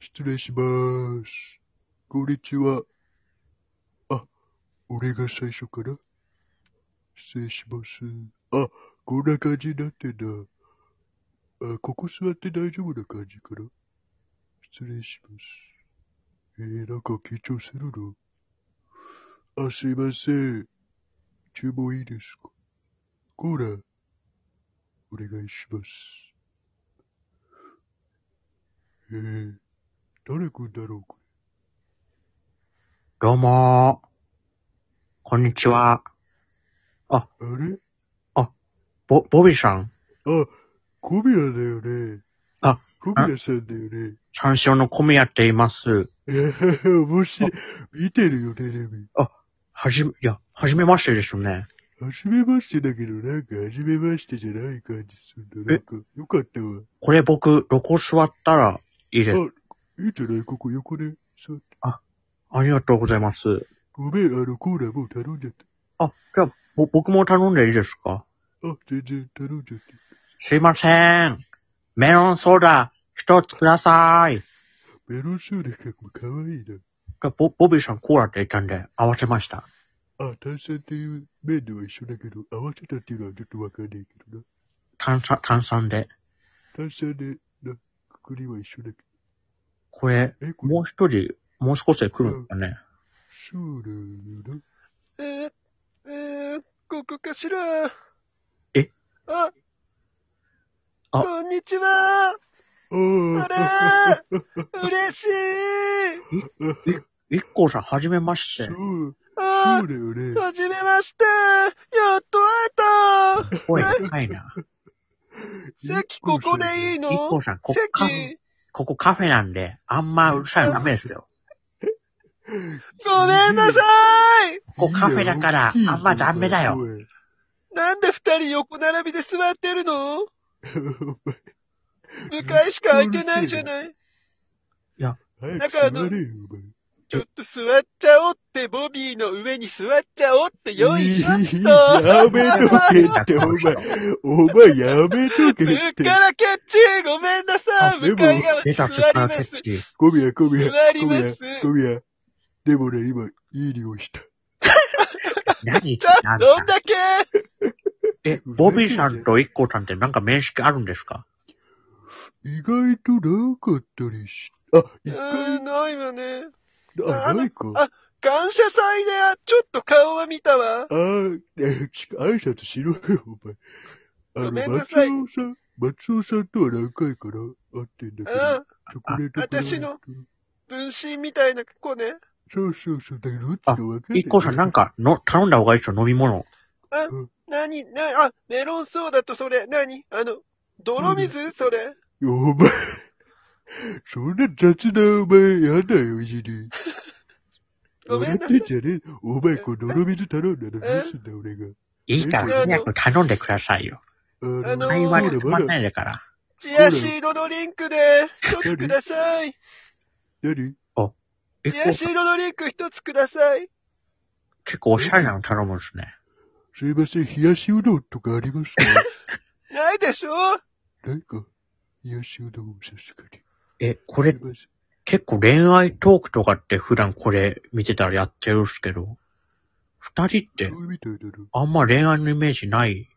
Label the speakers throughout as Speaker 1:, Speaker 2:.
Speaker 1: 失礼しまーす。こんにちは。あ、俺が最初から失礼します。あ、こんな感じになってんだ。あ、ここ座って大丈夫な感じかな失礼します。えー、なんか緊張するのあ、すいません。注文いいですかコーラ、お願いします。えー、誰くんだろうか
Speaker 2: どうもー。こんにちは。
Speaker 1: あれ
Speaker 2: ボ、ボビーさん
Speaker 1: あ、小宮だよね。
Speaker 2: あ、
Speaker 1: 小宮さんだよね。
Speaker 2: 三章の小宮って言います。
Speaker 1: えー、面白い。見てるよね、レミ。
Speaker 2: はじめ、いや、はじめましてですよね。
Speaker 1: はじめましてだけど、なんか、はじめましてじゃない感じするんだ。なんか、よかったわ。
Speaker 2: これ僕、どこ座ったらいいです
Speaker 1: あ。いいんじゃないここ横で。そう。
Speaker 2: ありがとうございます。
Speaker 1: ごめん、あの、コーラもう頼んじゃっ
Speaker 2: あ、じゃあ、ぼ、僕も頼んでいいですか
Speaker 1: た。あ、全然頼んじゃった。
Speaker 2: すいません。メロンソーダ、一つください。
Speaker 1: メロンソーダかもかわいいな。
Speaker 2: じゃあボ、ボビーさんコーラって言ったんで、合わせました。
Speaker 1: あ、炭酸っていう面では一緒だけど、合わせたっていうのはちょっとわかんないけどな。
Speaker 2: 炭酸、炭酸で。
Speaker 1: 炭酸で、な、くくりは一緒だけ
Speaker 2: これ、
Speaker 1: ど。え、これ
Speaker 2: もう一人、もう少しで来るんですかね。
Speaker 1: そうだよな。
Speaker 3: えー、えー、ここかしら
Speaker 2: え
Speaker 3: あ、
Speaker 2: あ
Speaker 3: こんにち
Speaker 1: あ
Speaker 3: は あらー嬉しい
Speaker 2: 一行さん、はじめまして
Speaker 1: そ。う、
Speaker 3: あ
Speaker 1: そうだよね
Speaker 3: ー、。はじめましてやっと会え
Speaker 2: 声高いな。
Speaker 3: た席ここでいい
Speaker 2: 一
Speaker 3: の
Speaker 2: 行さん、ここカフェ
Speaker 3: 席、
Speaker 2: ここカフェなんで、あんまうるさいのダメですよ。
Speaker 3: ごめんなさい
Speaker 2: ここカフェだから
Speaker 1: いい、よ
Speaker 2: あんまダメだ。よ。
Speaker 1: おい
Speaker 3: なんで二人横並びで座ってるの向かいしか空いてないじゃない
Speaker 1: 早く座れよ、お前。
Speaker 3: ちょっと座っちゃおうって、ボビーの上に座っちゃおうって、よいしょっ と
Speaker 1: やめとけって、お前。お前、やめとけ
Speaker 3: す
Speaker 1: っ。
Speaker 3: ってからケッチごめんなさ
Speaker 1: あ
Speaker 3: い
Speaker 1: でも
Speaker 3: 向かい側
Speaker 2: 出
Speaker 3: に
Speaker 2: た
Speaker 3: 座り
Speaker 2: すっか
Speaker 3: ま
Speaker 2: らケ
Speaker 3: す
Speaker 2: ッチ。
Speaker 1: 小宮、小宮、
Speaker 3: 座り
Speaker 1: 小
Speaker 3: ます
Speaker 1: 宮、小宮。でもね、今、いい匂いした。
Speaker 2: 何言って
Speaker 3: ちょっ
Speaker 2: なん
Speaker 3: とどん
Speaker 2: だ
Speaker 3: だけ
Speaker 2: え、ボビーさんと一行さんってなんか面識あるんですか
Speaker 1: 意外となかったりし、あ、
Speaker 3: う
Speaker 1: 意
Speaker 3: ー
Speaker 1: 外
Speaker 3: ん、ないわね。
Speaker 1: と、あ、ないか。
Speaker 3: あ感謝祭で、ちょっと顔は見たわ。
Speaker 1: あー、え、ち挨拶しろよ、お前。あ
Speaker 3: ごめ
Speaker 1: の、
Speaker 3: んな
Speaker 1: 松
Speaker 3: さい
Speaker 1: 尾さん、松尾さんとは何回から会ってんだけど、チョ
Speaker 3: うん。
Speaker 1: コレートプラネット
Speaker 3: 私の。分身みたいな子ね。
Speaker 1: そうそうそう、だけど、どっちか分かんない。
Speaker 2: 一行さんなんかの、頼んだ方がいいですよ、飲み物。
Speaker 3: なに、な、あ、メロンソーダとそれ、なにあの、泥水それ。
Speaker 1: お前、そんな雑なお前、やだよ、いじり。笑ってん。じゃ
Speaker 3: ごめんなさい
Speaker 1: ねえ。お前、こう、泥水頼んだらどうすんだ、俺が。
Speaker 2: いいか
Speaker 1: うん
Speaker 2: ら早く頼んでくださいよ。
Speaker 1: あ
Speaker 3: あのー
Speaker 2: 会
Speaker 3: は
Speaker 2: 話
Speaker 3: い
Speaker 2: につま
Speaker 1: ま
Speaker 2: ん
Speaker 1: だ
Speaker 2: ないだから。
Speaker 3: チアシードドリンクで、一つください。
Speaker 1: 何
Speaker 2: 一
Speaker 3: チア
Speaker 2: 行
Speaker 3: シ
Speaker 2: さん
Speaker 3: ードドリンク一つください。
Speaker 2: 結構おしゃれなの頼むんですね。
Speaker 1: すいません、冷やしうどんとかあります か
Speaker 3: ないでしょ
Speaker 1: ないか。冷やしうどん、さすがに。
Speaker 2: え、こ
Speaker 1: す
Speaker 2: れ
Speaker 1: いません。
Speaker 2: 結構恋愛トークとかって普段これ見てたらやってるんすけど、二人って
Speaker 1: そうみたいだろ。
Speaker 2: あんま恋愛のイメージない。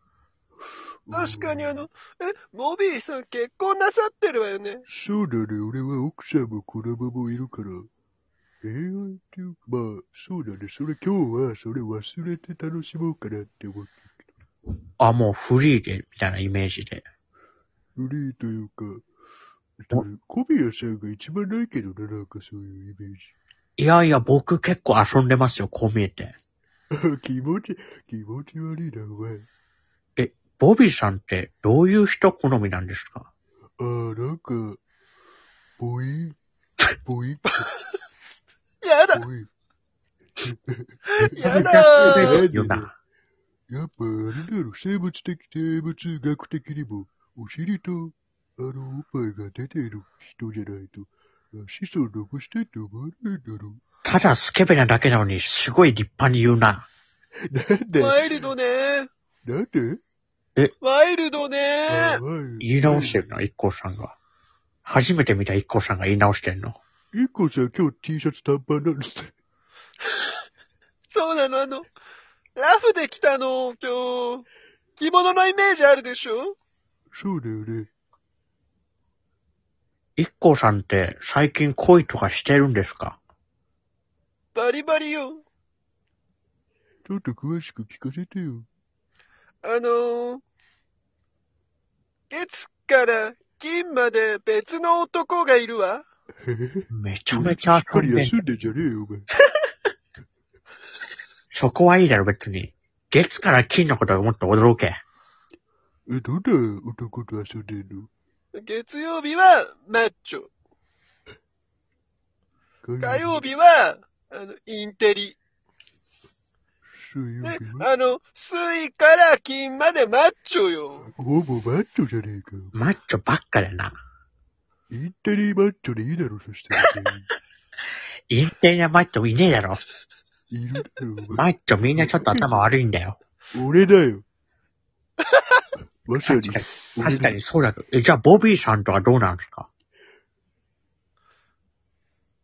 Speaker 3: 確かにあの、え、モビーさん結婚なさってるわよね。
Speaker 1: そうだね、俺は奥さんも子供もいるから、恋愛っていうか、まあ、そうだね、それ今日はそれ忘れて楽しもうかなって思って、
Speaker 2: あ、もうフリーで、みたいなイメージで。
Speaker 1: フリーというか、それ小宮さんが一番ないけどな、なんかそういうイメージ。
Speaker 2: いやいや、僕結構遊んでますよ、こう見えて。
Speaker 1: 気持ち、気持ち悪いな、お前。
Speaker 2: ボビーさんってどういう人好みなんですか
Speaker 1: ああ、なんか、ボイ、ボイ、
Speaker 3: やだ
Speaker 1: ボイ。
Speaker 3: やだー
Speaker 2: よな。
Speaker 1: やっぱ、あれだろ、生物的、生物学的にも、お尻と、あの、おっぱいが出ている人じゃないと、子孫残したいって思わないんだろ。
Speaker 2: ただスケベなだけなのに、すごい立派に言うな。
Speaker 1: なんで、
Speaker 3: ワイルドね。
Speaker 1: なんで
Speaker 3: ワイルドね。
Speaker 1: おい
Speaker 2: 言い直してるな、一行さんが。初めて見た一行さんが言い直してんの。
Speaker 1: インコさん今日 T シャツ短パンなんですね。
Speaker 3: そうなの、あの、ラフで来たの、今日。着物のイメージあるでしょ
Speaker 1: そうだよね。
Speaker 2: 一個さんって最近恋とかしてるんですか
Speaker 3: バリバリよ。
Speaker 1: ちょっと詳しく聞かせてよ。
Speaker 3: あのー、月から金まで別の男がいるわ。
Speaker 1: へへ。
Speaker 2: めちゃめちゃ
Speaker 1: しっか
Speaker 2: 遊ん
Speaker 1: り
Speaker 2: でん
Speaker 1: 休んでんじゃねえよ、お前。
Speaker 2: そこはいいだろ別に。月から金のことがもっと驚け。
Speaker 1: え、どんな男と遊んでんの
Speaker 3: 月曜日はマッチョ。火曜
Speaker 1: 日。
Speaker 3: 日は、あの、インテリ。
Speaker 1: 水曜
Speaker 3: で
Speaker 1: 日、は
Speaker 3: あの、水から金までマッチョよ。
Speaker 1: ほぼマッチョじゃねえか。
Speaker 2: マッチョばっかだな。
Speaker 1: インテリマッチョでいいだろ、そしたら。
Speaker 2: インテリなマッチョいねえだろ。
Speaker 1: いるだろ、お前。
Speaker 2: マッチョみんなちょっと頭悪いんだよ。
Speaker 1: 俺だよ。まさに
Speaker 2: 確かに。
Speaker 1: 俺
Speaker 2: 確か
Speaker 1: だ
Speaker 2: にそうだけど。え、じゃあボビーさんとはどうなんですか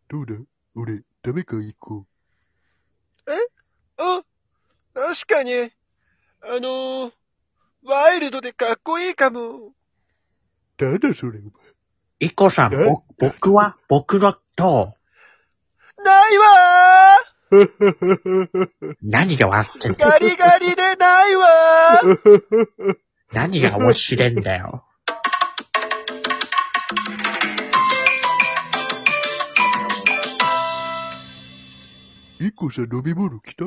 Speaker 1: どうだ俺、ダメか、一個。
Speaker 3: あ、確かに。あのー、ワイルドでかっこいいかも。
Speaker 1: だだ、それ、 お前。
Speaker 2: 一個さん、
Speaker 1: え
Speaker 2: ぼ僕は、僕のと、
Speaker 3: ないわ
Speaker 2: 何が笑ってん
Speaker 3: ー
Speaker 2: だ
Speaker 3: ガリガリでないわー
Speaker 2: 何が面白いんだよ。
Speaker 1: 一個さ、飲み物来た